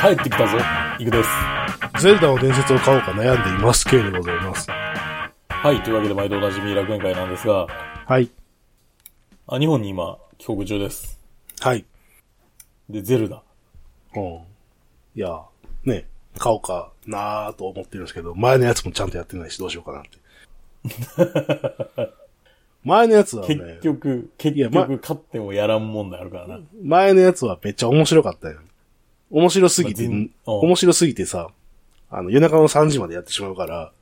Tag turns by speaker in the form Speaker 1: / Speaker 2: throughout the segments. Speaker 1: 帰ってきたぞ。いくです。
Speaker 2: ゼルダの伝説を買おうか悩んでいますけれでございます。
Speaker 1: はい、というわけで毎度おなじみ楽園会なんですが、
Speaker 2: はい。
Speaker 1: あ、日本に今、帰国中です。
Speaker 2: はい。
Speaker 1: で、ゼルダ。
Speaker 2: うん。いや、ね、買おうかなーと思ってるんですけど、前のやつもちゃんとやってないし、どうしようかなって。前のやつはね、
Speaker 1: 結局、結
Speaker 2: やま
Speaker 1: 局、勝ってもやらん問題あるからな。
Speaker 2: 前のやつはめっちゃ面白かったよ。面白すぎて、
Speaker 1: まあ全
Speaker 2: ん
Speaker 1: うん
Speaker 2: 面白すぎてさ、あの、夜中の3時までやってしまうから、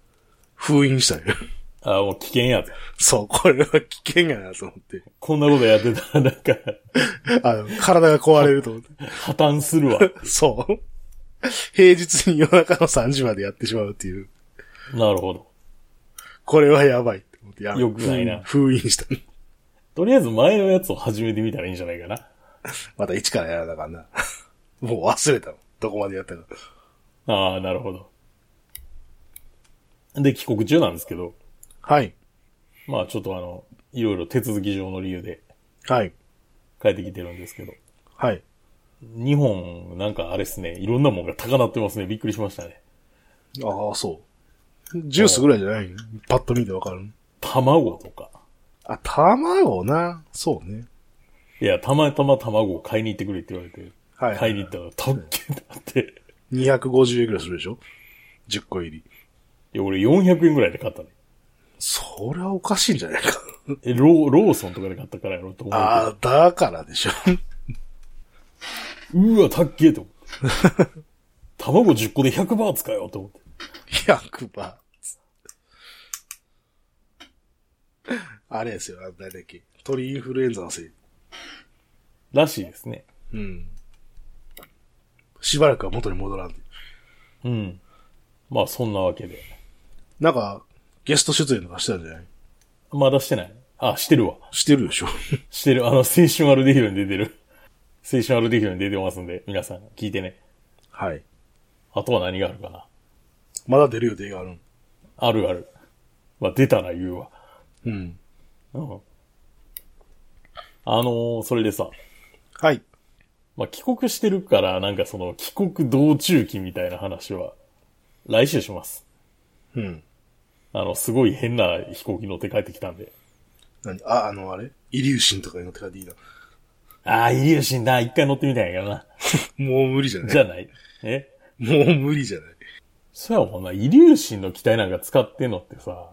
Speaker 2: 封印したよ。
Speaker 1: あ、もう危険やと。
Speaker 2: そう、これは危険やなと思って。
Speaker 1: こんなことやってたら、なんか、
Speaker 2: あの、体が壊れると思って。
Speaker 1: 破綻する わ。
Speaker 2: そう。平日に夜中の3時までやってしまうっていう。
Speaker 1: なるほど。
Speaker 2: これはやばいって思ってやめ
Speaker 1: よくないな
Speaker 2: 封印した。
Speaker 1: とりあえず前のやつを始めてみたらいいんじゃないかな。
Speaker 2: また一からやらなあかんな。 もう忘れたの。どこまでやったか。
Speaker 1: ああ、なるほど。で、帰国中なんですけど、
Speaker 2: はい。
Speaker 1: まあちょっとあの、いろいろ手続き上の理由で
Speaker 2: はい。
Speaker 1: 帰ってきてるんですけど、
Speaker 2: はい。
Speaker 1: 日本、なんかあれっすね、いろんなもんが高鳴ってますね。びっくりしましたね。
Speaker 2: ああ、そう。ジュースぐらいじゃないのパッと見てわかる
Speaker 1: 卵とか。
Speaker 2: あ、卵な。そうね。
Speaker 1: いや、たまたま卵を買いに行ってくれって言われて、
Speaker 2: はい
Speaker 1: 買いに行ったら、たっけだって。
Speaker 2: 250円くらいするでしょ ?10 個入り。
Speaker 1: いや、俺400円ぐらいで買ったね。
Speaker 2: それはおかしいんじ ゃないか。
Speaker 1: え、ロー、ローソンとかで買ったからやろうと思う
Speaker 2: ああ、だからでしょ。
Speaker 1: けど。うわ、たっけと思 って。卵10個で100バーツかよと思って。
Speaker 2: 100バーツ。あれですよ、あの誰だっけ。鳥インフルエンザのせい。
Speaker 1: らしいですね。
Speaker 2: うん。しばらくは元に戻らんで。
Speaker 1: うん。まあ、そんなわけで。
Speaker 2: なんか、ゲスト出演とかしたんじゃない
Speaker 1: まだしてないあ、してるわ。
Speaker 2: してるでしょ
Speaker 1: してる。あの、青春アルデヒドに出てる。青春アルデヒドに出てますんで、皆さん聞いてね。
Speaker 2: はい。
Speaker 1: あとは何があるかな。
Speaker 2: まだ出る予定があるん。
Speaker 1: あるある。まあ、出たら言うわ。
Speaker 2: うん。
Speaker 1: うん。あのーそれでさ、
Speaker 2: はい。
Speaker 1: まあ、帰国してるから、なんかその、帰国道中期みたいな話は、来週します。
Speaker 2: うん。
Speaker 1: あの、すごい変な飛行機乗って帰ってきたんで。
Speaker 2: 何あ、あの、あれイリューシンとかに乗って帰っていいな。
Speaker 1: ああ、イリューシンだ。一回乗ってみたいんやけどな。
Speaker 2: もう無理じゃない
Speaker 1: じゃない。え
Speaker 2: もう無理じゃない
Speaker 1: そうやもんな、イリューシンの機体なんか使ってんのってさ、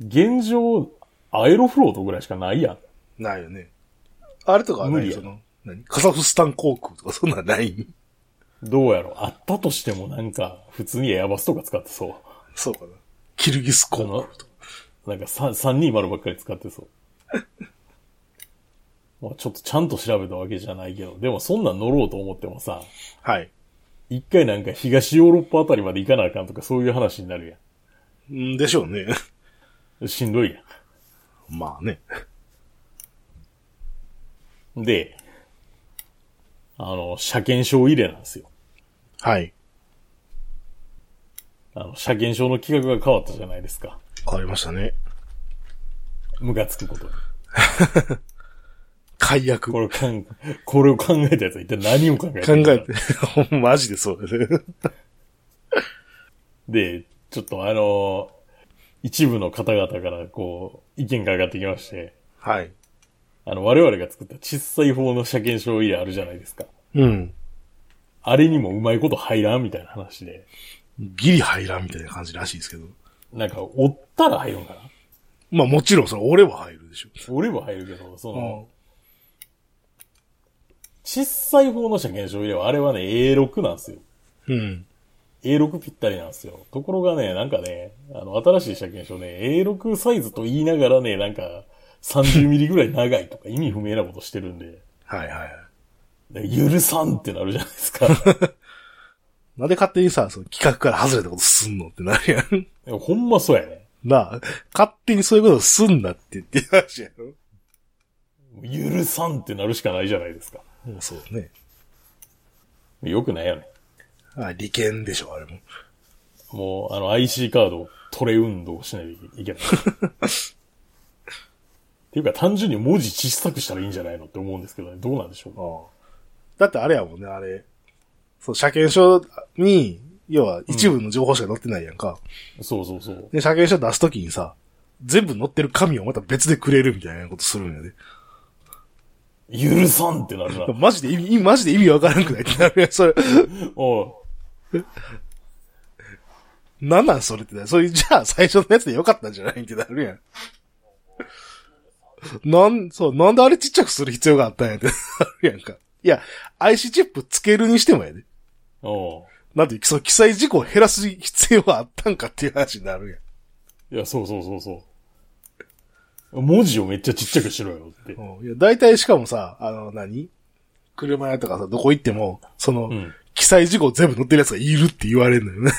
Speaker 1: 現状、アエロフロートぐらいしかないやん。
Speaker 2: ないよね。あれとかは
Speaker 1: 無
Speaker 2: な
Speaker 1: 理
Speaker 2: い
Speaker 1: や
Speaker 2: その、何カザフスタン航空とかそんなんない
Speaker 1: どうやろうあったとしてもなんか、普通にエアバスとか使ってそ
Speaker 2: そうかな。キルギス航
Speaker 1: う。あの
Speaker 2: 空とか。、
Speaker 1: なんかさ320ばっかり使ってそう。 まあちょっとちゃんと調べたわけじゃないけど、でもそんなん乗ろうと思ってもさ、
Speaker 2: はい。
Speaker 1: 一回なんか東ヨーロッパあたりまで行かなあかんとかそういう話になる
Speaker 2: んでしょうね。
Speaker 1: やん。しんどいやん。
Speaker 2: まあね。
Speaker 1: で、あの、車検証入れなんですよ。
Speaker 2: はい。
Speaker 1: あの、車検証の企画が変わったじゃないですか。
Speaker 2: 変わりましたね。
Speaker 1: ムカつくことに。
Speaker 2: 解約。
Speaker 1: こ
Speaker 2: 考
Speaker 1: れをかん、これを考えたやつは一体何を考えてる
Speaker 2: えて。 ほんまマジでそうですね。
Speaker 1: で、ちょっとあの一部の方々からこう、意見が上がってきまして、
Speaker 2: はい。
Speaker 1: あの、我々が作った小さい方の車検証入れあるじゃないですか。
Speaker 2: うん。
Speaker 1: あれにもうまいこと入らんみたいな話で、
Speaker 2: ギリ入らんみたいな感じらしいですけど。
Speaker 1: なんか、折ったら入るんかな
Speaker 2: まあもちろん、それ俺は入るでしょ。
Speaker 1: 俺も入るけど、その、
Speaker 2: う
Speaker 1: 小さい方の車検証入れは、あれはね、A6 なんですよ。
Speaker 2: ん。
Speaker 1: A6 ぴったりなんですよ。ところがね、なんかね、あの、新しい車検証ね、A6 サイズと言いながらね、なんか、30ミリぐらい長いとか意味不明なことしてるんで、
Speaker 2: はいはいはい。
Speaker 1: で許さんってなるじゃないですか。
Speaker 2: なんで勝手にさ、その企画から外れたことすんのってなるやん。
Speaker 1: いやほんまそうやね。
Speaker 2: なあ、勝手にそういうことすんなって言って話やろ。
Speaker 1: 許さんってなるしかないじゃないですか。
Speaker 2: もうそうね。
Speaker 1: よくないよね。
Speaker 2: あ、利権でしょ、あれも。
Speaker 1: もう、あの、IC カードを取れ運動をしないといけない。っていうか、単純に文字小さくしたらいいんじゃないのって思うんですけどね。どうなんでしょうか
Speaker 2: ああだってあれやもんね、あれ。そう、車検証に、要は一部の情報しか載ってないやんか。
Speaker 1: そうそうそう。
Speaker 2: で、車検証出すときにさ、全部載ってる紙をまた別でくれるみたいなことするんやで。。
Speaker 1: 許さんってなるな
Speaker 2: マジで意味、マジで意味わからんくないってなるやん。それ、
Speaker 1: おい。
Speaker 2: なんなんそれってなそういう、じゃあ最初のやつでよかったんじゃないってなるやん。なん、そう、なんであれちっちゃくする必要があったんやってなるやんか。いや、IC チップつけるにしてもやで。
Speaker 1: おう
Speaker 2: なんで、その記載事項を減らす必要はあったんかっていう話になるやん。
Speaker 1: いや、そうそうそうそう。文字をめっちゃちっちゃくしろよって。
Speaker 2: うんいや、大体しかもさ、あの何、車屋とかさ、どこ行っても、その、
Speaker 1: ん
Speaker 2: 記載事項全部載ってるやつがいるって言われるのよね。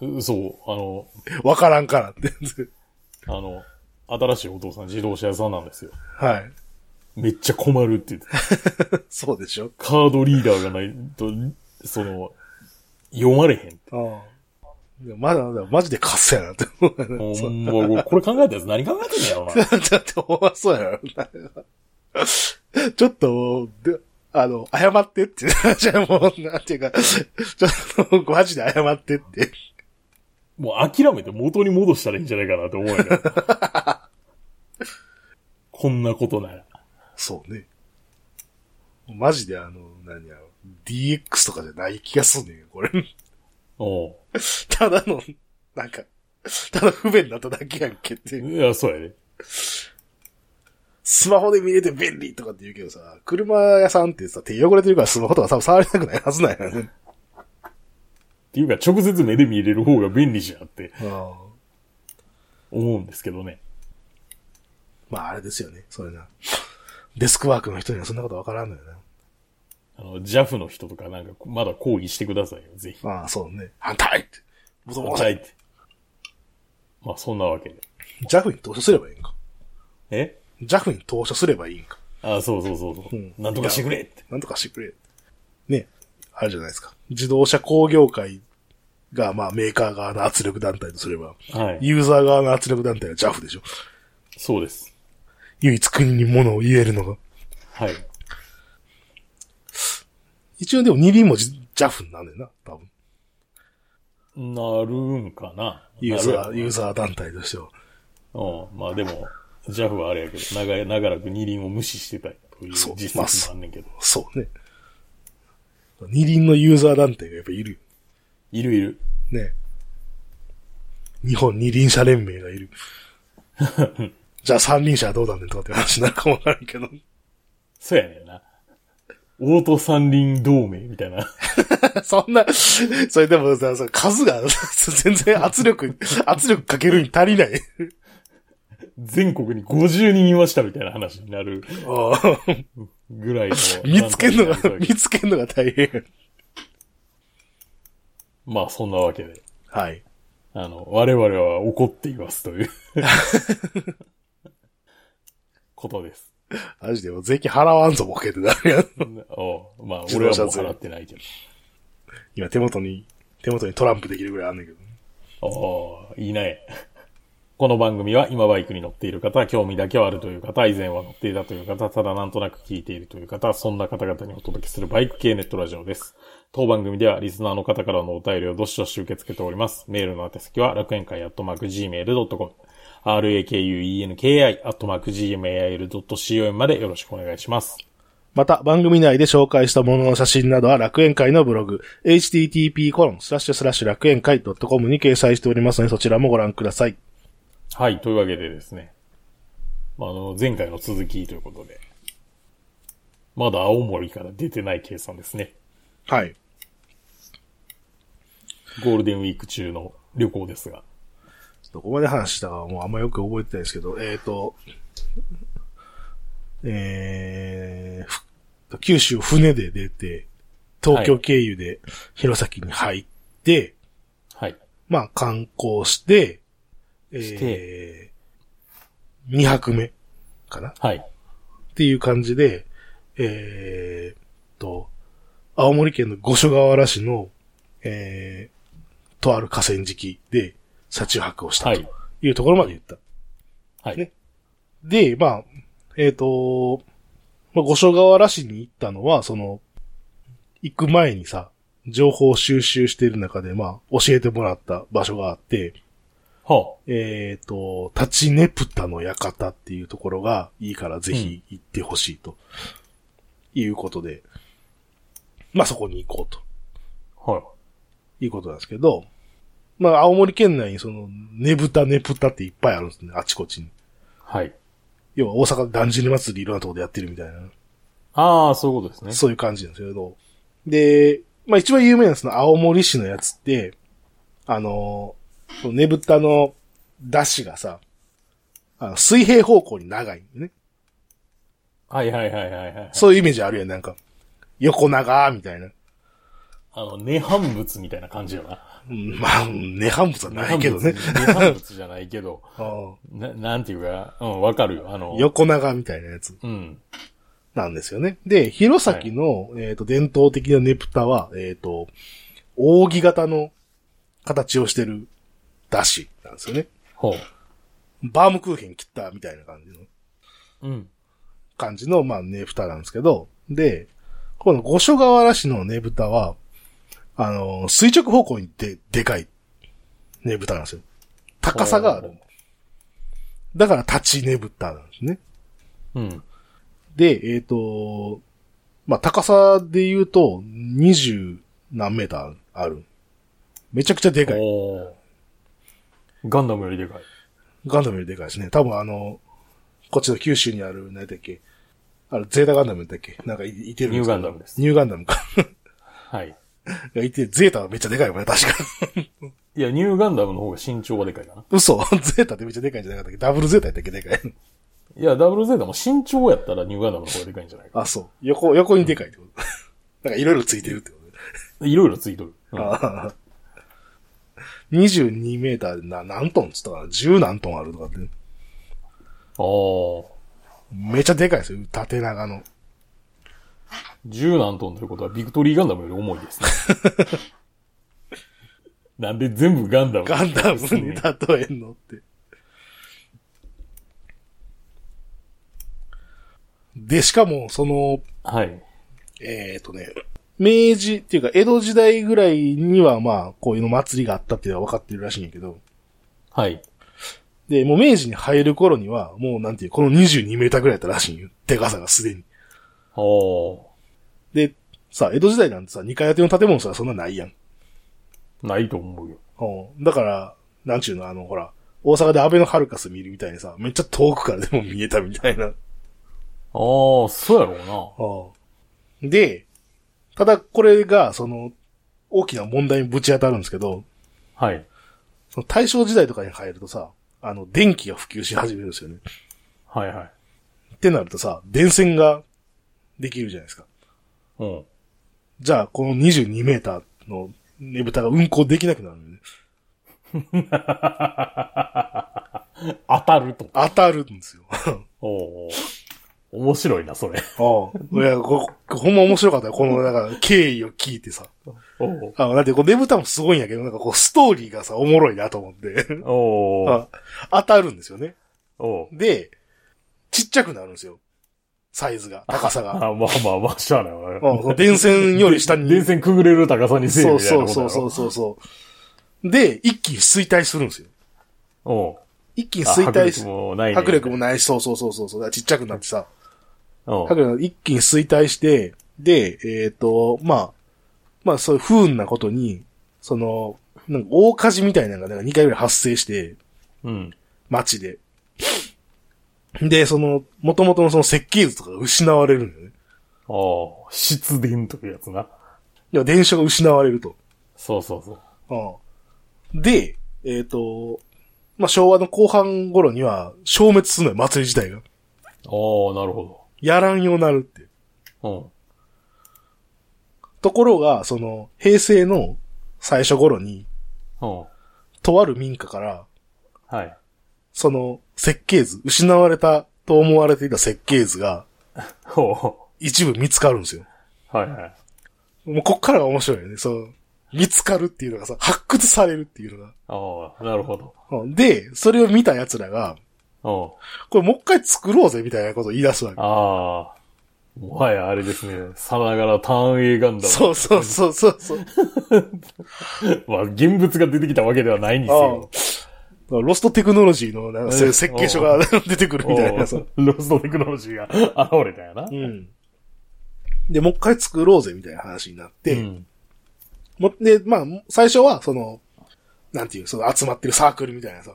Speaker 1: うそう、あの、
Speaker 2: わからんからって。
Speaker 1: あの、新しいお父さん自動車屋さんなんですよ。
Speaker 2: はい。
Speaker 1: めっちゃ困るって言ってた。
Speaker 2: そうでしょ。
Speaker 1: カードリーダーがないと、その、読まれへんって。
Speaker 2: うん。いやまだまだ、マジでカスやなって思うよね。
Speaker 1: ほんま、俺これ考えたやつ何考えてんだよな。
Speaker 2: だって、ほんまそうやろな。ちょっと、であの、謝ってって。 じゃあもう、なんていうか、ちょっと、マジで謝ってって。
Speaker 1: もう諦めて元に戻したらいいんじゃないかなって思 うよ。こんなことなら。
Speaker 2: そうね。マジであの、何やろ、DX とかじゃない気がすんねんよこれ。
Speaker 1: おう
Speaker 2: ただの、なんか、ただ不便になっただけやんけっていう。
Speaker 1: いや、そうやね。
Speaker 2: スマホで見れて便利とかって言うけどさ、車屋さんってさ、手汚れてるからスマホとか多分触れなくないはずなんやね。
Speaker 1: っていうか、直接目で見れる方が便利じゃんって
Speaker 2: うん
Speaker 1: 思うんですけどね。
Speaker 2: まああれですよね、それな。デスクワークの人にはそんなことわからんのよな。
Speaker 1: あの、JAF の人とかなんか、まだ抗議してくださいよ、ぜひ。
Speaker 2: ああ、そうね。反対って。もともと
Speaker 1: は。いって。まあ、そんなわけで。
Speaker 2: ジャフに投書すればいいんか。
Speaker 1: え
Speaker 2: ジャフに投書すればいいんか。
Speaker 1: あそうそうそうそう、
Speaker 2: うん
Speaker 1: なんとかしてくれって。
Speaker 2: なんとかしてくれ。ね。あれじゃないですか。自動車工業会が、まあメーカー側の圧力団体とすれば、
Speaker 1: はい。
Speaker 2: ユーザー側の圧力団体は JAF でしょ。
Speaker 1: そうです。
Speaker 2: 唯一国に物を言えるのが。
Speaker 1: はい。
Speaker 2: 一応でも二輪も JAF になんねんな、多分。
Speaker 1: なるんかな。
Speaker 2: ユーザ
Speaker 1: な
Speaker 2: ー、
Speaker 1: る
Speaker 2: ユ
Speaker 1: や
Speaker 2: ーザー団体としては。
Speaker 1: ろうん。まあでも、JAF はあれやけど、長い、長らく二輪を無視してたという
Speaker 2: そう
Speaker 1: 実績もあんねんけど。
Speaker 2: そうね。二輪のユーザー団体がやっぱいるよ。
Speaker 1: いるいる。
Speaker 2: ね。日本二輪車連盟が いる。じゃあ三輪車はどうなんねんとかって話になるかもわからんけど。
Speaker 1: そうやねんな。オート三輪同盟みたいな。
Speaker 2: そんな、それでもさ、その数が全然圧 力、圧力かけるに足りない。
Speaker 1: 全国に50人いましたみたいな話になるぐらいの。
Speaker 2: 見つけるの
Speaker 1: なんとか、
Speaker 2: が見つけるのが大変。
Speaker 1: まあそんなわけで。
Speaker 2: はい。
Speaker 1: あの、我々は怒っていますという こと です。
Speaker 2: マジで、もう税金払わんぞ、ボケってなるやん。
Speaker 1: おうまあ、
Speaker 2: 自
Speaker 1: 俺
Speaker 2: 動
Speaker 1: は
Speaker 2: 車
Speaker 1: もう
Speaker 2: 税
Speaker 1: 払ってないけど。
Speaker 2: 今手元に、手元にトランプできるぐらいあんねんけど。
Speaker 1: おーいいね。この番組は今バイクに乗っている方、興味だけはあるという方、以前は乗っていたという方、ただなんとなく聞いているという方、そんな方々にお届けするバイク系ネットラジオです。当番組ではリスナーの方からのお便りをどしどし受け付けております。メールの宛先は楽園会アットマーク Gmail.com、rakuenki アットマーク Gmail.com までよろしくお願いします。
Speaker 2: また、番組内で紹介したものの写真などは楽園会のブログ、http:// 楽園会 .com に掲載しておりますので、そちらもご覧ください。
Speaker 1: はい、というわけでですね。まああの、前回の続きということで。まだ青森から出てない計算ですね。
Speaker 2: はい。
Speaker 1: ゴールデンウィーク中の旅行ですが。
Speaker 2: どこまで話したかはもうあんまよく覚えてないですけど、えっ、ー、と、えーふ、九州船で出て、東京経由で弘前に入って、
Speaker 1: はい。
Speaker 2: まあ観光して、え
Speaker 1: して
Speaker 2: ー、2泊目かなっ
Speaker 1: はい。
Speaker 2: ていう感じで、えー、と、青森県の五所川原市の、えー、とある河川敷で、車中泊をした
Speaker 1: は
Speaker 2: と
Speaker 1: い。
Speaker 2: いうところまで言った。
Speaker 1: はい。
Speaker 2: ねで、まあ、えっ、と、まあ、五所川原市に行ったのは、その、行く前にさ、情報を収集している中で、まあ、教えてもらった場所があって、
Speaker 1: は
Speaker 2: えっ、と、立ちねぷたの館っていうところがいいからぜひ行ってほしいと、いうことで、まあそこに行こうと
Speaker 1: あ、はい。
Speaker 2: いうことなんですけど、まあ青森県内にそのねぶたねぷたっていっぱいあるんですね、あちこちに。
Speaker 1: はい。
Speaker 2: 要は大阪だんじり祭りいろんなところでやってるみたいな、
Speaker 1: ああ、そういうことですね。
Speaker 2: そういう感じなんですけど。で、まあ一番有名なその青森市のやつって、あの、そのねぶたの出汁がさ、あの水平方向に長いんでね。
Speaker 1: はいはいはいはいはい。
Speaker 2: そういうイメージあるやん、なんか。横長みたいな。
Speaker 1: あの、涅槃仏みたいな感じよな。
Speaker 2: うんまあ、涅槃物はないけどね
Speaker 1: 涅。 槃仏じゃないけど、
Speaker 2: うん
Speaker 1: ななんていうか、うん、わかるよ。あの、
Speaker 2: 横長みたいなやつ
Speaker 1: うん。
Speaker 2: なんですよね。で、弘前の、えっ、と、伝統的なねぷたは、えっ、と、扇形の形をしてる出汁なんですよね。
Speaker 1: ほ
Speaker 2: バームクーヘン切ったみたいな感じの、
Speaker 1: う。うん。
Speaker 2: 感じの、まあ、ねぶたなんですけど、で、この五所川原市のねぶたは、あの、垂直方向にで、でかい、ねぶたなんですよ。高さがある。だから立ちねぶたなんですね。
Speaker 1: うん。
Speaker 2: で、えっ、と、まあ、高さで言うと、二十何メーターある。めちゃくちゃでかい。
Speaker 1: おーガンダムよりでかい。
Speaker 2: ガンダムよりでかいですね。多分あの、こっちの九州にある、何だっけ。あれ、ゼータガンダムだっけなんかいいてるん
Speaker 1: ニュ
Speaker 2: ですけど
Speaker 1: ーガンダムです
Speaker 2: ニューガンダムか。
Speaker 1: はい。
Speaker 2: いや、いて、ゼータはめっちゃでかいもんね、確か。
Speaker 1: いや、ニューガンダムの方が身長がでかいかな。
Speaker 2: 嘘。ゼータってめっちゃでかいんじゃなかったっけダブルゼータやったっけでかい。
Speaker 1: いや、ダブルゼータも身長やったらニューガンダムの方がでかいんじゃないか。
Speaker 2: あ、そう。横、横にでかいってこと。 なんかいろいろついてるってことね。
Speaker 1: いろいろついとる。うん
Speaker 2: あ ー22メーターでな何トンっつったかな十何トンあるとかって。
Speaker 1: あー。
Speaker 2: めちゃでかいですよ。縦長の。
Speaker 1: 十何トンということはビクトリーガンダムより重いです ね。なんで全部ガンダム
Speaker 2: ガンダムに例えんのって。で、しかも、その、
Speaker 1: はい。
Speaker 2: えっ、とね、明治っていうか、江戸時代ぐらいには、まあ、こういうの祭りがあったっていうのは分かってるらしいんやけど、
Speaker 1: はい。
Speaker 2: で、もう明治に入る頃には、もうなんていう、この22メーターぐらいやったらしいんよ。でかさがすでに。
Speaker 1: おー。
Speaker 2: で、さ、江戸時代なんてさ、2階建ての建物すらそんなないやん。
Speaker 1: ないと思うよ。
Speaker 2: うん。だから、なんちゅうの、あの、ほら、大阪で安倍のハルカス見るみたいにさ、めっちゃ遠くからでも見えたみたいな。
Speaker 1: ああ、そうやろう
Speaker 2: うん。で、ただこれが、その、大きな問題にぶち当たるんですけど、
Speaker 1: な。はい。
Speaker 2: その大正時代とかに入るとさ、あの、電気が普及し始めるんですよね。
Speaker 1: はいはい。
Speaker 2: ってなるとさ、電線ができるじゃないですか。
Speaker 1: うん。
Speaker 2: じゃあ、この22メーターのねぶたが運行できなくなるよね。
Speaker 1: 当たると。
Speaker 2: 当たるんですよ。
Speaker 1: おお。面白いな、それ。
Speaker 2: ああ。いや、こほんま面白かったよ。この、だから、経緯を聞いてさ。
Speaker 1: おお。
Speaker 2: あだって、こう、ねぶたもすごいんやけど、なんかこう、ストーリーがさ、おもろいなと思って。
Speaker 1: おお。
Speaker 2: あ当たるんですよね。
Speaker 1: おお。
Speaker 2: で、ちっちゃくなるんですよ。サイズが、高さが。
Speaker 1: あ、まあまあまあ、しゃあない
Speaker 2: うん
Speaker 1: わ。
Speaker 2: その電線より下に。
Speaker 1: 電線くぐれる高さにせえ
Speaker 2: そ
Speaker 1: み
Speaker 2: う
Speaker 1: たい
Speaker 2: そ
Speaker 1: な
Speaker 2: う
Speaker 1: ことだ
Speaker 2: そう
Speaker 1: ろ。
Speaker 2: そうそうそう。で、一気に衰退するんですよ。
Speaker 1: おお。
Speaker 2: 一気に
Speaker 1: あ
Speaker 2: 衰退
Speaker 1: 迫力
Speaker 2: す
Speaker 1: もないね。
Speaker 2: 迫力もないし、そうそうそうそうそう。だからちっちゃくなってさ。
Speaker 1: うん。
Speaker 2: だから一気に衰退して、で、えっ、と、まあ、まあそういう不運なことに、その、なんか大火事みたいなのがなんか2回ぐらい発生して、
Speaker 1: うん。
Speaker 2: 街で。で、その、元々のその設計図とかが失われるんだよね。
Speaker 1: ああ、失電というやつな。
Speaker 2: いや、電車が失われると。
Speaker 1: そうそうそう。
Speaker 2: うん。で、えっ、と、まあ昭和の後半頃には消滅するのよ、祭り自体が。
Speaker 1: ああ、なるほ
Speaker 2: やらんようになるって。
Speaker 1: ど。
Speaker 2: ところが、その、平成の最初頃に、
Speaker 1: うん。うん。
Speaker 2: とある民家から、
Speaker 1: はい。
Speaker 2: その設計図、失われたと思われていた設計図が
Speaker 1: おお。
Speaker 2: 一部見つかるんですよ。
Speaker 1: はいはい。
Speaker 2: もうこっからが面白いよね。そう、見つかるっていうのがさ、発掘されるっていうのが。
Speaker 1: ああ、なるほど。
Speaker 2: うんで、それを見た奴らが、
Speaker 1: うん。
Speaker 2: これもう一回作ろうぜみたいなことを言い出すわけ。
Speaker 1: ああ。もはやあれですね、さながらターン A ガンダム。
Speaker 2: そうそうそうそうそう。
Speaker 1: まあ、現物が出てきたわけではないんですよ。
Speaker 2: ロストテクノロジーのなんかせ設計書が 出てくるみたい
Speaker 1: お
Speaker 2: な。
Speaker 1: う
Speaker 2: そう
Speaker 1: ロストテクノロジーが現れたよな。
Speaker 2: うん。で、もう一回作ろうぜみたいな話になって、
Speaker 1: うん
Speaker 2: もで、まあ、最初はその、なんていう、その集まってるサークルみたいなさ、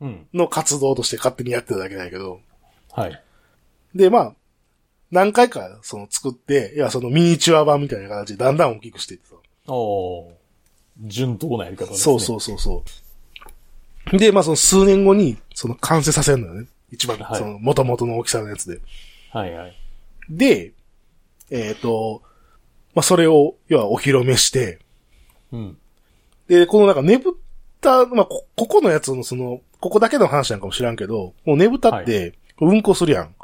Speaker 1: うん。
Speaker 2: の活動として勝手にやってただけだけど、
Speaker 1: はい。
Speaker 2: で、まあ、何回かその作って、いや、そのミニチュア版みたいな形でだんだん大きくしていってさ、
Speaker 1: おー順当なやり方ですね。
Speaker 2: そうそうそうそう。で、まあその数年後に、その完成させるのよね。一番、
Speaker 1: はい
Speaker 2: その元々の大きさのやつで。
Speaker 1: う。はいはい。
Speaker 2: で、えっ、と、まあそれを、要はお披露目して、
Speaker 1: うん。
Speaker 2: で、このなんかねぶた、まあこ、ここのやつのその、ここだけの話なんかも知らんけど、もうねぶたって、運行するやん。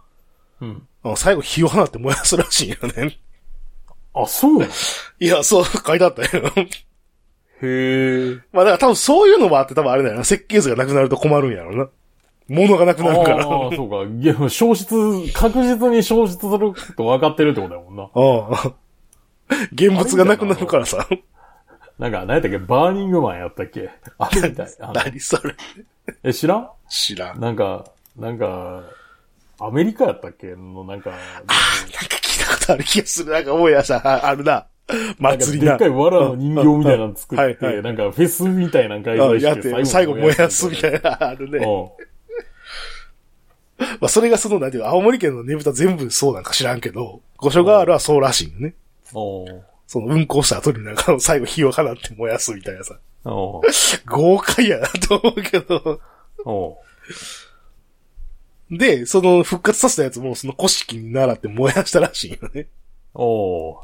Speaker 1: うん。
Speaker 2: あの最後火を放って燃やすらしいよね。
Speaker 1: あ、そうなの
Speaker 2: いや、そう、書いてあったよ。
Speaker 1: へえ。
Speaker 2: まあだから多分そういうのもあって多分あれだよな。設計図がなくなると困るんやろうな。物がなくなるから。
Speaker 1: ああ、そうか。いや、消失、確実に消失すること分かってるってことだもんな。
Speaker 2: ああ。現物がなくなるからさ。
Speaker 1: なんか、何やったっけバーニングマンやったっけあれみたい。あの
Speaker 2: 何それ
Speaker 1: え、知らん
Speaker 2: 知らん。なんか
Speaker 1: なんか、なんか、アメリカやったっけの、なんか、
Speaker 2: 聞いたことある気がする。なんか思い出した。ああるな。
Speaker 1: なんか
Speaker 2: 祭り
Speaker 1: で
Speaker 2: な。
Speaker 1: っかい藁の人形みたいなの作
Speaker 2: うんは
Speaker 1: っ
Speaker 2: いはい
Speaker 1: て、なんかフェスみたいなん開
Speaker 2: うん
Speaker 1: 催
Speaker 2: やっ、
Speaker 1: して
Speaker 2: 最後燃やすみた
Speaker 1: い
Speaker 2: いな。ある
Speaker 1: な
Speaker 2: ね。
Speaker 1: うん。
Speaker 2: まあそれがその、なんていうの青森県のねぶた全部そうなんか知らんけど、五所川原はそうらしいよね。
Speaker 1: おう
Speaker 2: その運行した後になんか最後火を放って燃やすみたいなさ。
Speaker 1: おう
Speaker 2: 豪快やなと思うけど。
Speaker 1: おう
Speaker 2: で、その復活させたやつもその古式に習って燃やしたらしいよね。
Speaker 1: おう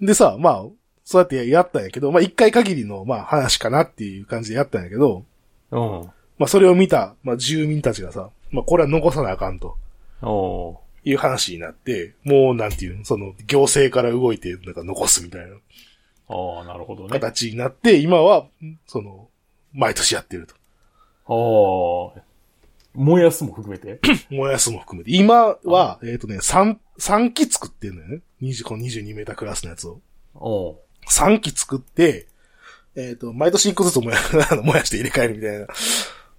Speaker 2: でさ、まあ、そうやってやったんやけど、まあ一回限りの、まあ話かなっていう感じでやったんやけど、
Speaker 1: うん。
Speaker 2: まあそれを見た、まあ住民たちがさ、まあこれは残さなあかんと
Speaker 1: おう
Speaker 2: いう話になって、もうなんていうの、その行政から動いて、なんか残すみたいな
Speaker 1: ああ、なるほどね。
Speaker 2: 形になって、今は、その、毎年やってると。
Speaker 1: ああ。燃やすも含め て。
Speaker 2: 燃やすも含めて。今は、えっ、とね、3、三期作ってんのよね。20、この22メータークラスのやつを。
Speaker 1: おう
Speaker 2: 3期作って、えっ、と、毎年1個ずつ燃や あの燃やして入れ替えるみたいな。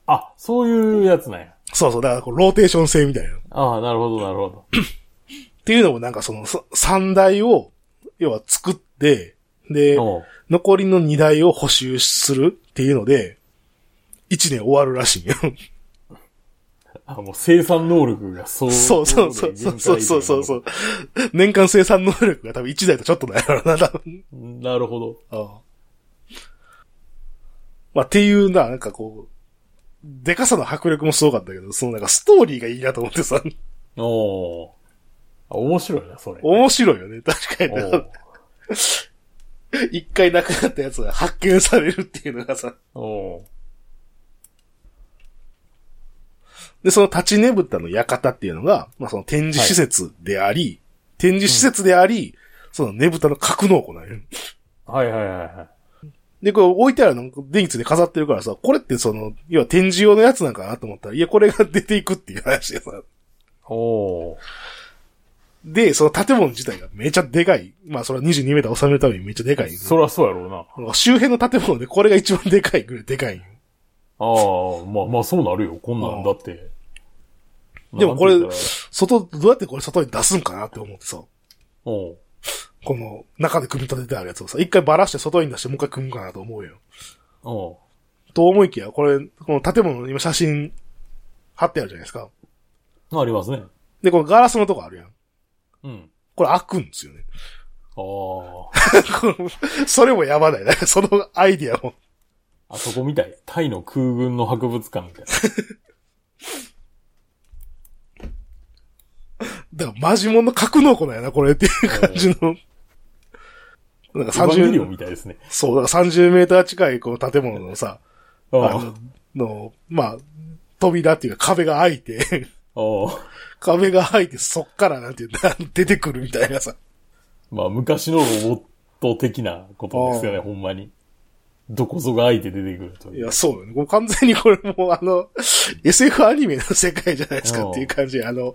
Speaker 1: あ、そういうやつなんや。
Speaker 2: そうそう、だからこうローテーション制みたいな。
Speaker 1: ああ、なるほど、なるほど。
Speaker 2: っていうのもなんかそのさ三台を、要は作って、で、
Speaker 1: おう
Speaker 2: 残りの二台を補修するっていうので、一年終わるらしいんよ。
Speaker 1: あもう生産能力がそう。
Speaker 2: そうそうそうそうそうそうそう
Speaker 1: う。
Speaker 2: 年間生産能力が多分一台とちょっとないからな、多分。
Speaker 1: なるほど。
Speaker 2: ああまあっていうな、なんかこう、でかさの迫力もすごかったけど、そのなんかストーリーがいいなと思ってさ、
Speaker 1: おおう。あ面白いな、それ。お
Speaker 2: 面白いよね、確かにな。
Speaker 1: う
Speaker 2: 一回なくなったやつが発見されるっていうのがさ、
Speaker 1: おう
Speaker 2: で、その立ちねぶたの館っていうのが、まあ、その展示施設であり、展示施設であり、そのねぶたの格納庫なんよ。
Speaker 1: はいはいはいはい。
Speaker 2: で、これ置いてあるの、電気つで飾ってるからさ、これってその、要は展示用のやつなんかなと思ったら、いや、これが出ていくっていう話でさ。
Speaker 1: おお
Speaker 2: で、その建物自体がめちゃでかい。まあ、それは22メーター収めるためにめっちゃでかいん
Speaker 1: う。
Speaker 2: よ。
Speaker 1: そらそうやろうな。
Speaker 2: なんか周辺の建物でこれが一番でかいぐらいでかいんよ。
Speaker 1: ああ、まあまあそうなるよ。こんなんだって。
Speaker 2: でもこれ
Speaker 1: なんて言ったら
Speaker 2: 外、どうやってこれ外に出すんかなって思ってさ。
Speaker 1: おう
Speaker 2: この中で組み立ててあるやつをさ、一回バラして外に出してもう一回組むかなと思うよ。
Speaker 1: おう
Speaker 2: と思いきや、これ、この建物の今写真貼ってあるじゃないですか。
Speaker 1: ありますね。
Speaker 2: で、このガラスのとこあるやん。
Speaker 1: うん。
Speaker 2: これ開くんですよね。
Speaker 1: あ
Speaker 2: このそれもやばない。なんかそのアイディアも。
Speaker 1: あ。あそこみたい。タイの空軍の博物館みたいな。
Speaker 2: だからマジモンの格納庫なんやな、これっていう感じの。なんか
Speaker 1: サンジリオ
Speaker 2: 30、
Speaker 1: みたいですね。
Speaker 2: そう、だから30メーター近いこの建物のさ、
Speaker 1: あ
Speaker 2: あの、のまあ、扉っていうか壁が開いて、
Speaker 1: あ。
Speaker 2: 壁が開いてそっからなんていうんだ、出てくるみたいなさ。
Speaker 1: まあ、昔のロボット的なことですよね、ほんまに。どこぞが相手出てくると
Speaker 2: い
Speaker 1: いう。
Speaker 2: や、そうよね。もう完全にこれもうあの、SF アニメの世界じゃないですか
Speaker 1: うん
Speaker 2: っていう感じで、あの、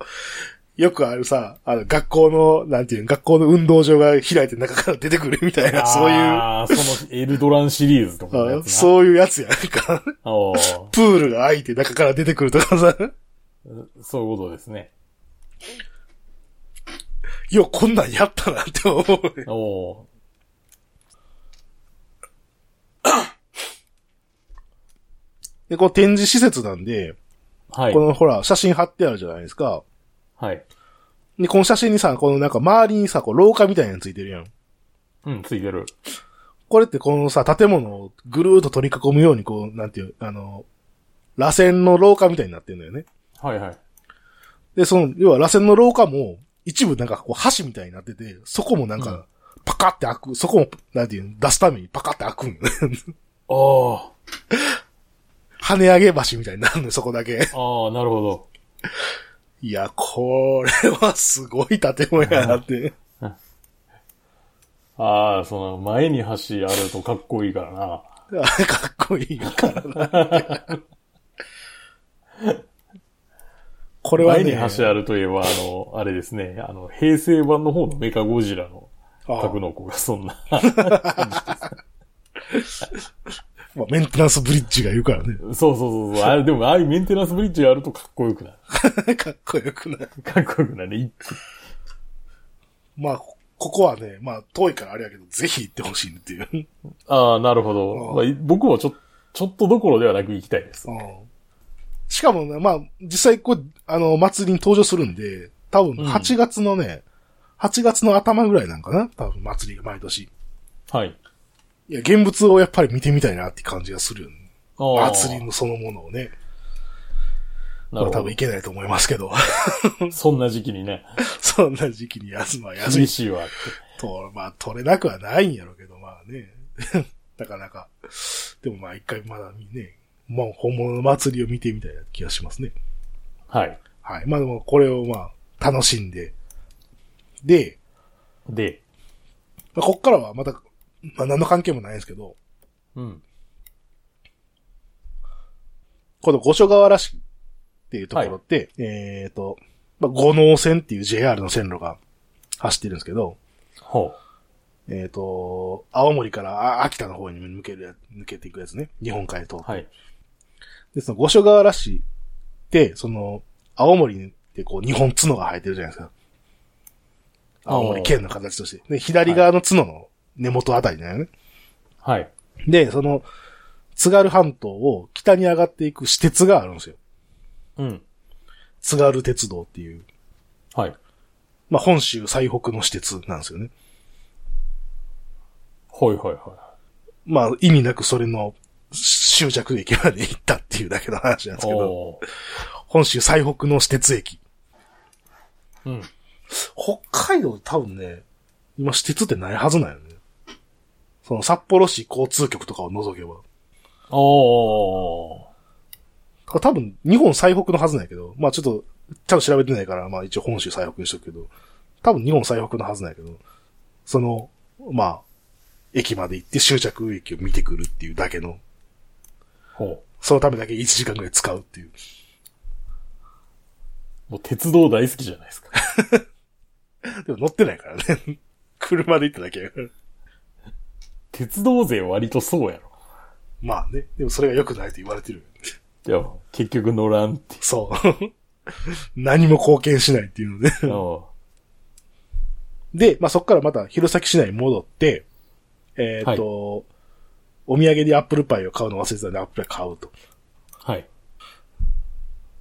Speaker 2: よくあるさ、あの、学校の、なんていうの学校の運動場が開いて中から出てくるみたいな、そういう
Speaker 1: あーそのエルドランシリーズとかのや
Speaker 2: あ、
Speaker 1: つな。
Speaker 2: そういうやつやなんか。
Speaker 1: おー
Speaker 2: プールが開いて中から出てくるとかさ、
Speaker 1: そういうことですね。
Speaker 2: よ、こんなんやったなって思うね。
Speaker 1: おお
Speaker 2: で、この展示施設なんで、
Speaker 1: ーはい
Speaker 2: こ。のほら、写真貼ってあるじゃないですか。
Speaker 1: はい。
Speaker 2: で、この写真にさ、このなんか周りにさ、こう廊下みたいなのついてるやん。
Speaker 1: うん、ついてる。
Speaker 2: これってこのさ、建物をぐるーっと取り囲むように、こう、なんていう、あの、螺旋の廊下みたいになってるのよね。
Speaker 1: はいはい。
Speaker 2: で、その、要は螺旋の廊下も、一部なんかこう橋みたいになってて、そこもなん
Speaker 1: うん
Speaker 2: か、パカって開く、そこも、なんていうの、出すためにパカって開くんよね。
Speaker 1: ああ。
Speaker 2: 跳ね上げ橋みたいになるのよ、そこだけ。
Speaker 1: ああ、なるほど。
Speaker 2: いや、これはすごい建物やなって。
Speaker 1: ああ、その、前に橋あるとかっこいいからな。
Speaker 2: あれかっこいいからな。 これは
Speaker 1: 前に
Speaker 2: ね、
Speaker 1: 橋あるといえば、あの、あれですね、あの、平成版の方のメカゴジラの
Speaker 2: あ
Speaker 1: 格納庫がそんな、
Speaker 2: まあ、メンテナンスブリッジがいるからね。
Speaker 1: そうそうそうそう、あれ、でも、ああいうメンテナンスブリッジがあるとかっこよくな
Speaker 2: かっこよくない。
Speaker 1: る。かっこよくなる ね。
Speaker 2: まあ、こここはね、まあ、遠いからあれやけど、ぜひ行ってほしいっていう。うん
Speaker 1: ああ、なるほど。まあ、僕もちょ、ちょっとどころではなく行きたいです。
Speaker 2: しかもね、まあ、実際こう、あの、祭りに登場するんで、多分
Speaker 1: うん
Speaker 2: 8月のね、8月の頭ぐらいなんかな多分祭りが毎年。
Speaker 1: はい。
Speaker 2: いや、現物をやっぱり見てみたいなって感じがするよね。
Speaker 1: ああ
Speaker 2: 祭りのそのものをね。
Speaker 1: な
Speaker 2: ま
Speaker 1: る
Speaker 2: あ、
Speaker 1: ほ
Speaker 2: 多分い
Speaker 1: ど。
Speaker 2: けないと思いますけど。
Speaker 1: そんな時期に ね、
Speaker 2: そんな時期に休まあ休
Speaker 1: 厳
Speaker 2: み
Speaker 1: しいわって。
Speaker 2: と、まあ、取れなくはないんやろうけど、まあね。 なかなか。でもまあ、一回まだね、まあ、本物の祭りを見てみたいな気がしますね。
Speaker 1: はい。
Speaker 2: はい。まあでも、これをまあ、楽しんで。で、
Speaker 1: で、
Speaker 2: まあ、こっからはまた、まあ、何の関係もないんですけど、
Speaker 1: うん。
Speaker 2: この五所川原市っていうところって、えっ、と、まあ、五能線っていう JR の線路が走ってるんですけど、
Speaker 1: ほう。
Speaker 2: えっ、と、青森からあ秋田の方に向けるや、抜けていくやつね。日本海と。
Speaker 1: はい。
Speaker 2: で、その五所川原市って、その、青森ってこう、日本角が生えてるじゃないですか。青森県の形として。で、左側の角の根元あたりだよね。
Speaker 1: はい。
Speaker 2: で、その、津軽半島を北に上がっていく私鉄があるんですよ。
Speaker 1: うん。
Speaker 2: 津軽鉄道っていう。
Speaker 1: はい。
Speaker 2: まあ、本州最北の私鉄なんですよね。
Speaker 1: ほいほいほい。
Speaker 2: まあ、意味なくそれの終着駅まで行ったっていうだけの話なんですけど、
Speaker 1: おー
Speaker 2: 本州最北の私鉄駅。
Speaker 1: うん。
Speaker 2: 北海道多分ね、今私鉄ってないはずなんよね。その札幌市交通局とかを除けば。
Speaker 1: おー。
Speaker 2: これ多分日本最北のはずなんやけど、まあちょっと、ちゃんと調べてないから、まあ一応本州最北にしとくけど、多分日本最北のはずなんやけど、その、まあ、駅まで行って終着駅を見てくるっていうだけの、
Speaker 1: ほう。
Speaker 2: そのためだけ1時間ぐらい使うっていう。
Speaker 1: もう鉄道大好きじゃないですか。
Speaker 2: でも乗ってないからね。 車で行っただけやから。
Speaker 1: 鉄道勢割とそうやろ。
Speaker 2: まあね、でもそれが良くないと言われてるよね。
Speaker 1: いや、結局乗らんって。
Speaker 2: そう。 何も貢献しないっていうので。
Speaker 1: うん
Speaker 2: で、まあ、そこからまた弘前市内に戻って、えっ、と、お土産でアップルパイを買うの忘れてたんで、アップルパイ買うと。
Speaker 1: はい。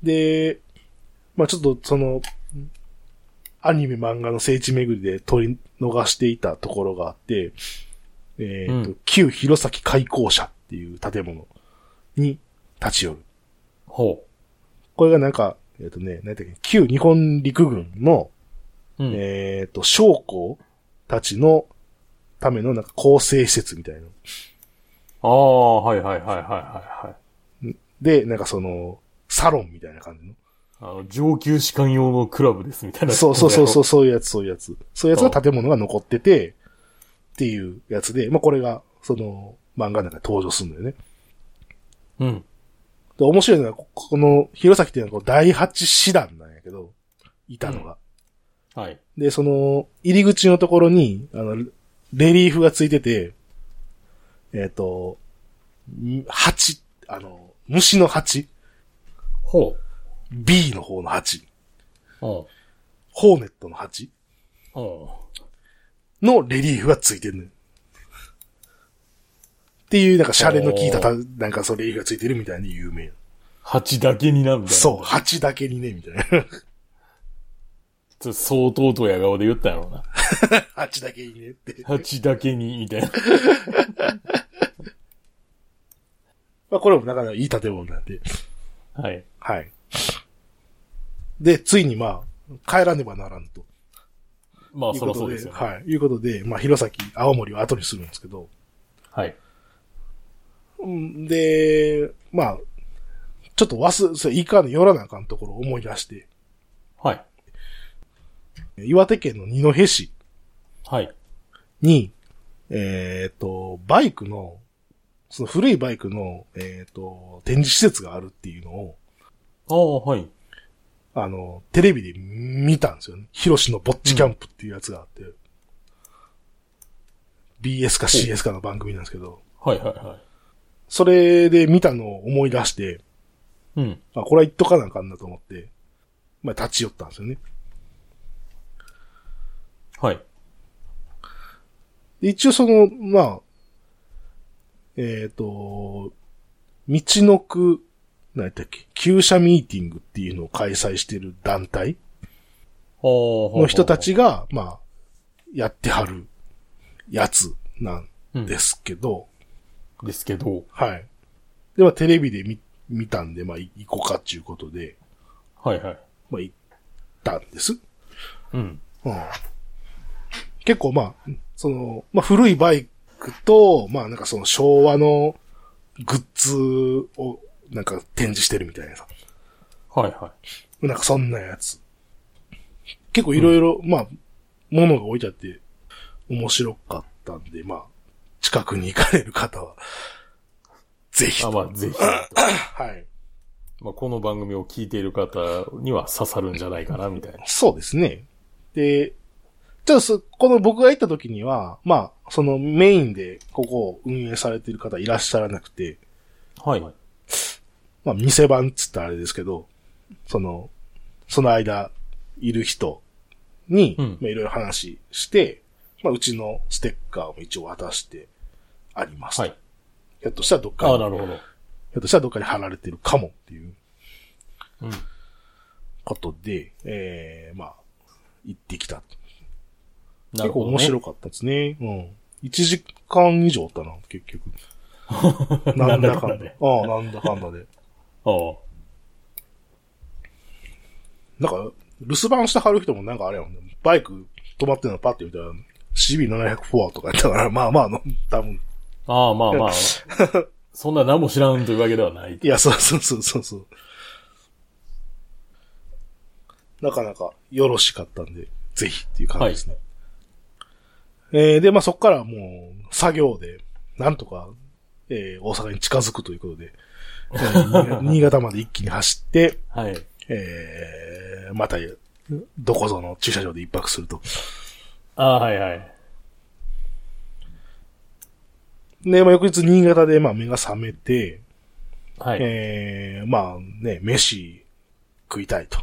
Speaker 2: で、まあ、ちょっとその、アニメ漫画の聖地巡りで取り逃していたところがあって、えっ、と、
Speaker 1: うん
Speaker 2: 旧弘前開港社っていう建物に立ち寄る。
Speaker 1: ほ
Speaker 2: これがなんか、えっ、とね、なんていうっけ旧日本陸軍の、
Speaker 1: う。うん。
Speaker 2: えっ、と、将校たちのためのなんか構成施設みたいな。
Speaker 1: ああ、はいはいはいはいはいはい。
Speaker 2: で、なんかその、サロンみたいな感じの。
Speaker 1: あの、上級士官用のクラブですみたいな。
Speaker 2: そうそうそうそう、そういうやつ、そういうやつ。そういうやつが建物が残ってて、っていうやつで、まあこれが、その、漫画の中で登場するんだよね。
Speaker 1: う。うん。
Speaker 2: で、面白いのは、ここの、弘前っていうのはこう第八師団なんやけど、いたのが。
Speaker 1: はい。
Speaker 2: で、その、入り口のところに、あの、レリーフがついてて、えっ、と、ん蜂、あの、虫の蜂、
Speaker 1: ほ
Speaker 2: B の方の蜂、
Speaker 1: う。うん。
Speaker 2: ホーネットの蜂
Speaker 1: うん。
Speaker 2: のレリーフがついてるのよ。っていう、なんか、シャレの効いたた、なんか、そのレリーフがついてるみたいに有名。
Speaker 1: 蜂だけにな、みたいな。
Speaker 2: そう、蜂だけにね、みたいな。
Speaker 1: ちょっと相当とや顔で言ったやろうな。
Speaker 2: 蜂だけにねって。
Speaker 1: 蜂だけに、みたいな。
Speaker 2: まあ、これもなかなかいい建物なんで。
Speaker 1: はい。
Speaker 2: はい。で、ついにまあ、帰らねばならんと。
Speaker 1: まあ、
Speaker 2: いう
Speaker 1: そ
Speaker 2: こ
Speaker 1: ら
Speaker 2: と
Speaker 1: そう
Speaker 2: で
Speaker 1: ですよ、ね。
Speaker 2: はい。いうことで、まあ、弘前、青森を後にするんですけど。
Speaker 1: はい。
Speaker 2: うんで、まあ、ちょっと忘れ、それ、いかんの寄らなあかんところを思い出して、
Speaker 1: はい。
Speaker 2: 岩手県の二戸市
Speaker 1: はい。
Speaker 2: に、えっ、と、バイクの、その古いバイクの、えっ、と、展示施設があるっていうのを、
Speaker 1: ああ、はい。
Speaker 2: あの、テレビで見たんですよね。ヒロシのぼっちキャンプっていうやつがあって、BS か CS かの番組なんですけど、
Speaker 1: はい、はい、は
Speaker 2: それで見たのを思い出して、
Speaker 1: い。うん。
Speaker 2: あ、これは言っとかなあかんなと思って、まあ立ち寄ったんですよね。
Speaker 1: はい。
Speaker 2: で一応その、まあ、えっ、と、道の区、何やったっけ、旧社ミーティングっていうのを開催してる団体
Speaker 1: ああ、
Speaker 2: の人た。ちが、まあ、やってはるやつなん
Speaker 1: うん。
Speaker 2: で
Speaker 1: です
Speaker 2: すけど、
Speaker 1: けど。
Speaker 2: はい。で、まあテレビで見、見たんで、まあい行こうかっていうことで、
Speaker 1: はい、はい。
Speaker 2: まあ行ったんです。
Speaker 1: うん。
Speaker 2: うん結構まあ、その、まあ古いバイクと、まあなんかその昭和のグッズをなんか展示してるみたいなさ。
Speaker 1: はい、は
Speaker 2: なんかそんなやつ。結構いろいろ、まあ、物が置いてあって面白かったんで、まあ、近くに行かれる方は、ぜひ
Speaker 1: い。あ、
Speaker 2: と。
Speaker 1: まあ、ぜひ。
Speaker 2: はい。
Speaker 1: まあ、この番組を聞いている方には刺さるんじゃないかな、みたいな。
Speaker 2: そうですね。で、ちょっとそ、この僕が行った時には、まあ、そのメインでここを運営されている方いらっしゃらなくて、
Speaker 1: はい。
Speaker 2: まあ、店番っつったらあれですけど、その、その間、いる人に、
Speaker 1: うん
Speaker 2: まあ、いろいろ話して、まあ、うちのステッカーを一応渡してあります。
Speaker 1: はい。
Speaker 2: ひょっとしたらどっか
Speaker 1: あ
Speaker 2: に、
Speaker 1: あ、
Speaker 2: ひ
Speaker 1: な
Speaker 2: ょ
Speaker 1: るほど。
Speaker 2: っとしたらどっかに貼られてるかもっていう
Speaker 1: うん。
Speaker 2: ことで、ええまあ、行ってきた。
Speaker 1: な
Speaker 2: 結
Speaker 1: るほ
Speaker 2: 構
Speaker 1: ど、ね。
Speaker 2: 面白かったですね。うん。1時間以上おったな、結局。なんだ
Speaker 1: なんだか
Speaker 2: か
Speaker 1: んだ
Speaker 2: んだ
Speaker 1: で。
Speaker 2: ああ、なんだかんだで。
Speaker 1: あ
Speaker 2: なんか、留守番してはる人もなんかあれやもんね。バイク止まってるのパッて見たら、CB700 フォアとかやったから、まあまあの、多分。
Speaker 1: あ。ああ、まあまあ。 そんな何も知らんというわけではない
Speaker 2: い。や、そうそうそうそうそう。なかなかよろしかったんで、ぜひっていう感じですね。えー、で、まあそこからもう、作業で、なんとか、えー、大阪に近づくということで、えー新潟まで一気に走って、
Speaker 1: はい。
Speaker 2: えー、また、どこぞの駐車場で一泊すると。
Speaker 1: ああ、はいはい。
Speaker 2: で、まあ、翌日新潟で、まあ、目が覚めて、
Speaker 1: はい。
Speaker 2: えー、まあね、飯食いたいと。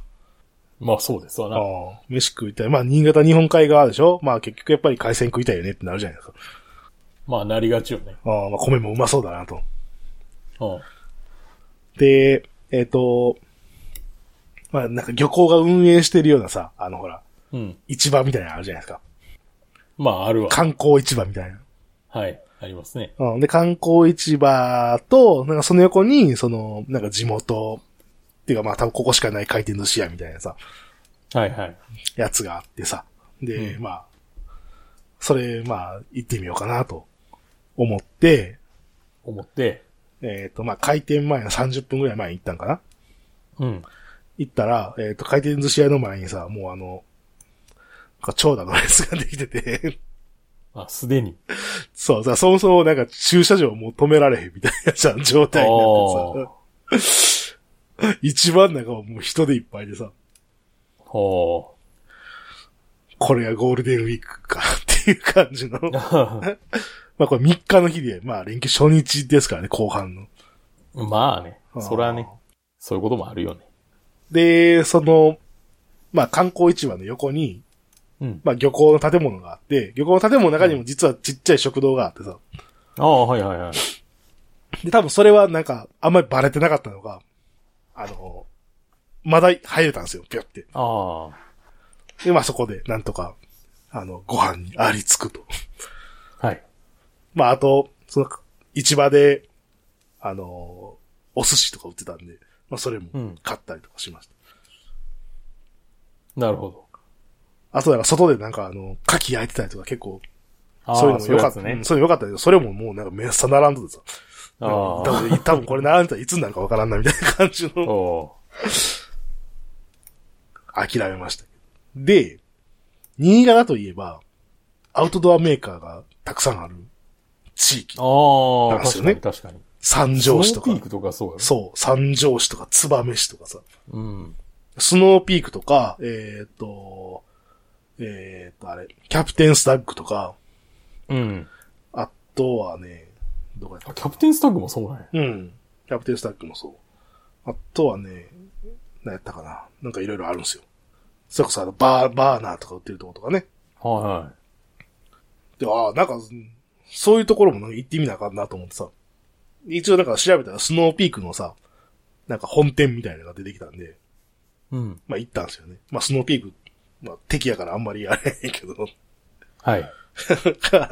Speaker 1: まあそうですわな。
Speaker 2: ああ飯食いたい。まあ、新潟日本海側でしょまあ、結局やっぱり海鮮食いたいよねってなるじゃないですか。
Speaker 1: まあなりがちよね。
Speaker 2: ああまあ、米もうまそうだなと。
Speaker 1: うん。
Speaker 2: で、えっ、と、まあ、なんか漁港が運営してるようなさ、あのほら、
Speaker 1: うん。
Speaker 2: 市場みたいなのあるじゃないですか。
Speaker 1: まああるわ。
Speaker 2: 観光市場みたいな。
Speaker 1: はい。ありますね。
Speaker 2: うん、で、観光市場と、なんかその横に、その、なんか地元、っていうかまあ多分ここしかない回転寿司屋みたいなさ、
Speaker 1: はいはい。
Speaker 2: やつがあってさ。で、
Speaker 1: うん
Speaker 2: まあ、それ、まあ、行ってみようかなと思って、
Speaker 1: 思って。
Speaker 2: えっ、と、まあ、開店前の30分ぐらい前に行ったんかな
Speaker 1: うん。
Speaker 2: 行ったら、えっ、と、回転寿司屋の前にさ、もうあの、なんか長蛇の列ができてて、
Speaker 1: あ、すでに。
Speaker 2: そうさ、そもそもなんか駐車場もう止められへんみたいなさ状態になってさ、一番中はもう人でいっぱいでさ、
Speaker 1: ほ
Speaker 2: これがゴールデンウィークかっていう感じの。まあこれ3日の日で、まあ連休初日ですからね、後半の。
Speaker 1: まあね
Speaker 2: あ。ー
Speaker 1: それはね。そういうこともあるよね。
Speaker 2: で、その、まあ観光市場の横に、
Speaker 1: うん。
Speaker 2: まあ漁港の建物があって、漁港の建物の中にも実はちっちゃい食堂があってさ。
Speaker 1: ああ、はいはいはい。
Speaker 2: で、多分それはなんか、あんまりバレてなかったのが、あの、まだ入れたんですよ、ぴょって。
Speaker 1: あ
Speaker 2: で、まあそこで、なんとか、あの、ご飯にありつくと。
Speaker 1: あ。はい。
Speaker 2: まああと、その、市場で、あの、お寿司とか売ってたんで、まあそれも
Speaker 1: うん
Speaker 2: 買ったりとかしました。
Speaker 1: なるほど。
Speaker 2: あと、なんか外でなんかあの、牡蠣焼いてたりとか結構、
Speaker 1: ああ、
Speaker 2: そういうのも良かっ
Speaker 1: そ
Speaker 2: た。
Speaker 1: う
Speaker 2: う
Speaker 1: いうやつ
Speaker 2: ん
Speaker 1: ね。
Speaker 2: そういうの良かったけど、それももうなんかめっさ並んでてさ。
Speaker 1: あ
Speaker 2: 多
Speaker 1: あ。
Speaker 2: 分、多分これ並んでたらいつになるかわからんなみたいな感じの。
Speaker 1: そ
Speaker 2: 諦めましたけど。で、新潟といえば、アウトドアメーカーがたくさんある地域
Speaker 1: う。。ああ、
Speaker 2: なんです
Speaker 1: 確か
Speaker 2: よね
Speaker 1: に確かに。
Speaker 2: 三条市と
Speaker 1: ス
Speaker 2: か
Speaker 1: ノーピー。クとかそうよね。
Speaker 2: そう、三条市とか、燕市とかさ。
Speaker 1: うん。
Speaker 2: スノーピークとか、えーっ、と、えーっ、と、あれ、キャプテンスタッグとか、
Speaker 1: うん。
Speaker 2: あとはね、どこやった
Speaker 1: あキャプテンスタッグもそうなんや。
Speaker 2: うん。キャプテンスタッグもそう。あとはね、何やったかな。なんかいろいろあるんですよ。それこそあの、バー、バーナーとか売ってるとことかね。
Speaker 1: はいはい。
Speaker 2: で、ああ、なんか、うんそういうところもなんか行ってみなあかんなと思ってさ。一応なんか調べたらスノーピークのさ、なんか本店みたいなのが出てきたんで、
Speaker 1: うん。
Speaker 2: まあ行ったんですよね。まあスノーピーク、まあ敵やからあんまりやれへんけど、
Speaker 1: はい。
Speaker 2: あ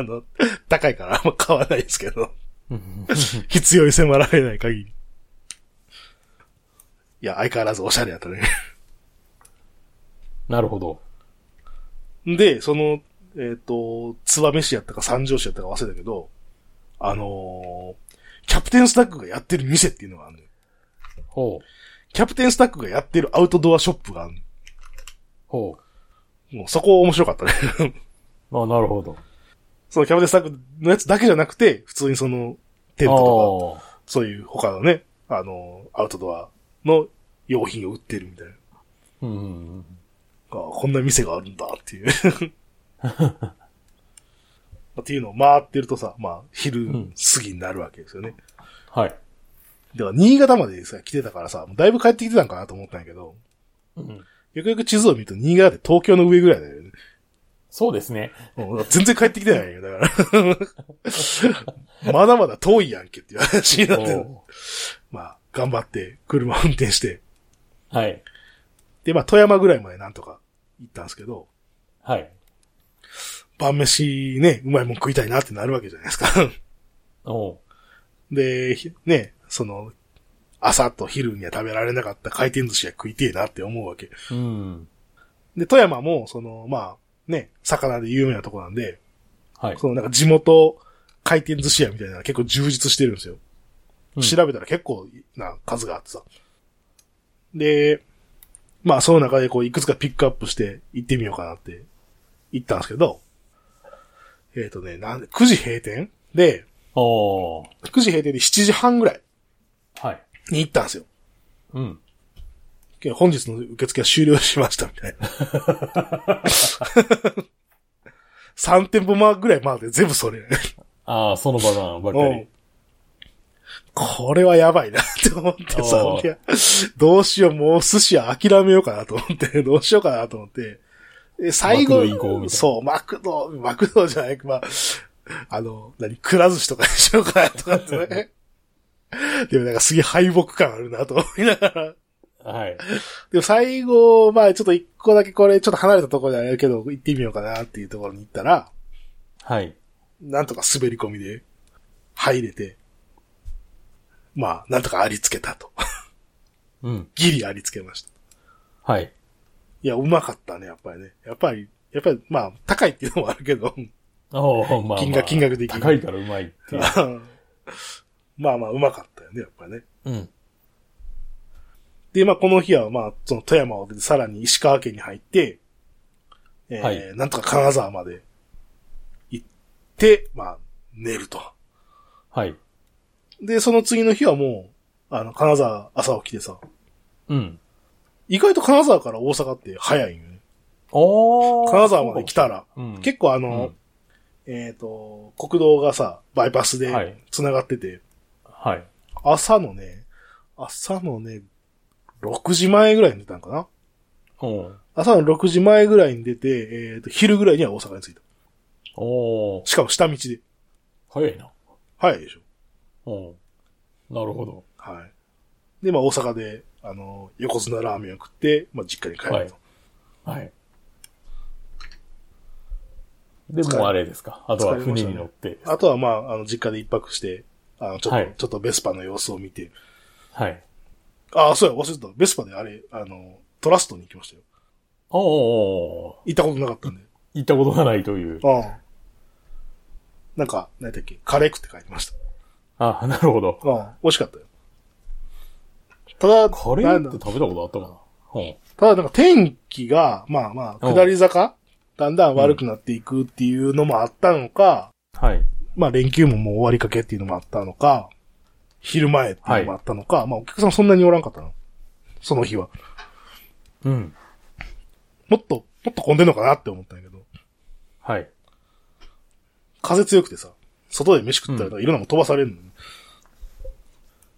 Speaker 2: の、高いからあんま買わないですけど、必要に迫られない限り。いや、相変わらずおしゃれやったね。
Speaker 1: なるほど。
Speaker 2: で、その、えっ、と、燕市やったか三条市やったか忘れたけど、あのーキャプテンスタッグがやってる店っていうのがあるのよ。
Speaker 1: ほう。
Speaker 2: キャプテンスタッグがやってるアウトドアショップがある
Speaker 1: ほ
Speaker 2: の。もうそこ面白かったね。
Speaker 1: う。あなるほど。
Speaker 2: そのキャプテンスタッグのやつだけじゃなくて、普通にその、テントと
Speaker 1: あ
Speaker 2: か、そういう他のね、あの、アウトドアの用品を売ってるみたいな。
Speaker 1: あ。うん。
Speaker 2: あこんな店があるんだっていう。 っていうのを回ってるとさ、まあ、昼
Speaker 1: うん
Speaker 2: 過ぎになるわけですよね。
Speaker 1: はい。
Speaker 2: だから、新潟までさ、来てたからさ、もうだいぶ帰ってきてたんかなと思ったんやけど、
Speaker 1: うん
Speaker 2: よくよく地図を見ると、新潟って東京の上ぐらいだよね。
Speaker 1: そうですね。
Speaker 2: もう全然帰ってきてないよ、だから。ま だまだ遠いやんけっていう話になってる
Speaker 1: ほ
Speaker 2: まあ、頑張って、車運転して。
Speaker 1: うはい。
Speaker 2: で、まあ、富山ぐらいまでなんとか行ったんですけど、
Speaker 1: はい。
Speaker 2: 晩飯ね、うまいもん食いたいなってなるわけじゃないですか。
Speaker 1: おう。
Speaker 2: で、ひね、その、朝と昼には食べられなかった回転寿司が食いてえなって思うわけ。
Speaker 1: うん。
Speaker 2: で、富山も、その、まあ、ね、魚で有名なとこなんで、
Speaker 1: はい。
Speaker 2: そのなんか地元回転寿司屋みたいなのが結構充実してるんですよ。
Speaker 1: うん
Speaker 2: 調べたら結構な数があってさ。で、まあその中でこういくつかピックアップして行ってみようかなって行ったんですけど、えっ、とね、なんで、9時閉店で、
Speaker 1: おう。
Speaker 2: 9時閉店で7時半ぐらい
Speaker 1: はい。
Speaker 2: に行ったんですよ。
Speaker 1: うん。
Speaker 2: けど本日の受付は終了しましたみたいな。3店舗回るぐらい回って全部それ。
Speaker 1: ああ、そのパターンばっか
Speaker 2: うん
Speaker 1: り。
Speaker 2: これはやばいなって思ってさ
Speaker 1: おう、
Speaker 2: いやどうしよう、もう寿司は諦めようかなと思って、 どうしようかなと思って、で最後
Speaker 1: マクド行こうみたいな
Speaker 2: そう、マクド、マクドじゃない、まあ、あの、何、くら寿司とかにしようかなとかっ てね。でもなんかすげえ敗北感あるなと思いながら。
Speaker 1: はい。
Speaker 2: でも最後、まあちょっと一個だけこれちょっと離れたところであれやけど、行ってみようかなっていうところに行ったら、
Speaker 1: はい。
Speaker 2: なんとか滑り込みで入れて、まあ、なんとかありつけたと。
Speaker 1: うん。
Speaker 2: ギリありつけました。
Speaker 1: はい。
Speaker 2: いや、うまかったね、やっぱりね。やっぱり、やっぱり、まあ、高いっていうのもあるけど、
Speaker 1: おう、まあまあ。
Speaker 2: 金額金額的に
Speaker 1: 高いからうまいっていう。
Speaker 2: まあまあ、うまかったよね、やっぱりね。
Speaker 1: うん。
Speaker 2: で、まあ、この日は、まあ、その富山を出て、さらに石川県に入って、えー
Speaker 1: はい
Speaker 2: なんとか金沢まで行って、まあ、寝ると。
Speaker 1: はい。
Speaker 2: で、その次の日はもう、あの、金沢朝起きてさ、
Speaker 1: うん。
Speaker 2: 意外と金沢から大阪って早いんよね。
Speaker 1: おー。
Speaker 2: 金沢まで来たら、
Speaker 1: うん
Speaker 2: 結構あの、えっ、と、国道がさ、バイパス
Speaker 1: は
Speaker 2: で
Speaker 1: い
Speaker 2: 繋がってて、
Speaker 1: はい。
Speaker 2: 朝のね、朝のね、6時前ぐらいに出たんかな
Speaker 1: おー。
Speaker 2: 朝の6時前ぐらいに出て、えっ、と、昼ぐらいには大阪に着いた。
Speaker 1: おー。
Speaker 2: しかも下道で。
Speaker 1: 早いな。
Speaker 2: 早いでしょ。
Speaker 1: おー。なるほど。
Speaker 2: はい。で、まあ大阪で、あの、横綱ラーメンを食って、まあ実家に帰ると。
Speaker 1: はいはい。で、
Speaker 2: 疲れ
Speaker 1: もうあれですか。あとは
Speaker 2: 疲れま
Speaker 1: 船
Speaker 2: したね
Speaker 1: に乗って。
Speaker 2: あとはまあ、あの、実家で一泊して、あの、ちょっと、
Speaker 1: はい
Speaker 2: ちょっとベスパの様子を見て。
Speaker 1: はい。
Speaker 2: ああ、そうや、忘れてた。ベスパであれ、あの、トラストに行きましたよ。
Speaker 1: おーおーおー。
Speaker 2: 行ったことなかったんで。
Speaker 1: 行ったことがないという。
Speaker 2: ああ。なんか、何だっけ、カレー食って書いてました。
Speaker 1: あ、なるほど。
Speaker 2: ああ、美味しかったよ。ただ、
Speaker 1: カレ
Speaker 2: な
Speaker 1: ー
Speaker 2: ん
Speaker 1: って
Speaker 2: だ
Speaker 1: 食べたことあったかなうん。
Speaker 2: ただなんか天気が、まあまあ、
Speaker 1: うん
Speaker 2: 下り坂だんだん悪くなっていくっていうのもあったのか、
Speaker 1: はい。
Speaker 2: まあ連休ももう終わりかけっていうのもあったのか、昼前っていうのもあったのか、まあお客さんそんなにおらんかったの。その日は。
Speaker 1: うん。
Speaker 2: もっと、もっと混んでんのかなって思ったんやけど、
Speaker 1: はい。
Speaker 2: 風強くてさ、外で飯食ったらなんかいろんなもん飛ばされるのね、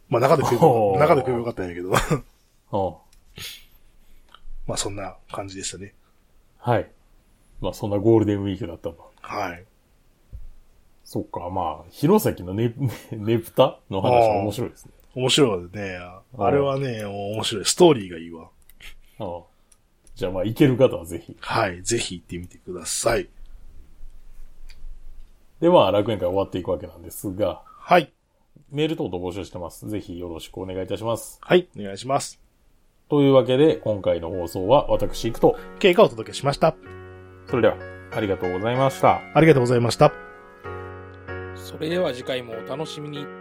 Speaker 2: まあ中で食え
Speaker 1: お
Speaker 2: ば、
Speaker 1: ー
Speaker 2: 中で食えばよかったんやけど、
Speaker 1: お
Speaker 2: まあそんな感じでしたね。
Speaker 1: はい。まあ、そんなゴールデンウィークだったんだ。
Speaker 2: はい。
Speaker 1: そっか、まあ、弘前のね、ねねぷたの話は面白いですね。
Speaker 2: 面白いね。
Speaker 1: うん
Speaker 2: あれはね、もう面白い。ストーリーがいいわ。
Speaker 1: ああじゃあまあ、行ける方はぜひ。
Speaker 2: はい。ぜひ行ってみてください。
Speaker 1: で、まあ、楽園会終わっていくわけなんですが、
Speaker 2: はい。
Speaker 1: メール等々募集してます。ぜひよろしくお願いいたします。
Speaker 2: はい。お願いします。
Speaker 1: というわけで、今回の放送は私行くと。
Speaker 2: 経過をお届けしました。
Speaker 1: それでは、ありがとうございました。
Speaker 2: ありがとうございました。
Speaker 3: それでは次回もお楽しみに。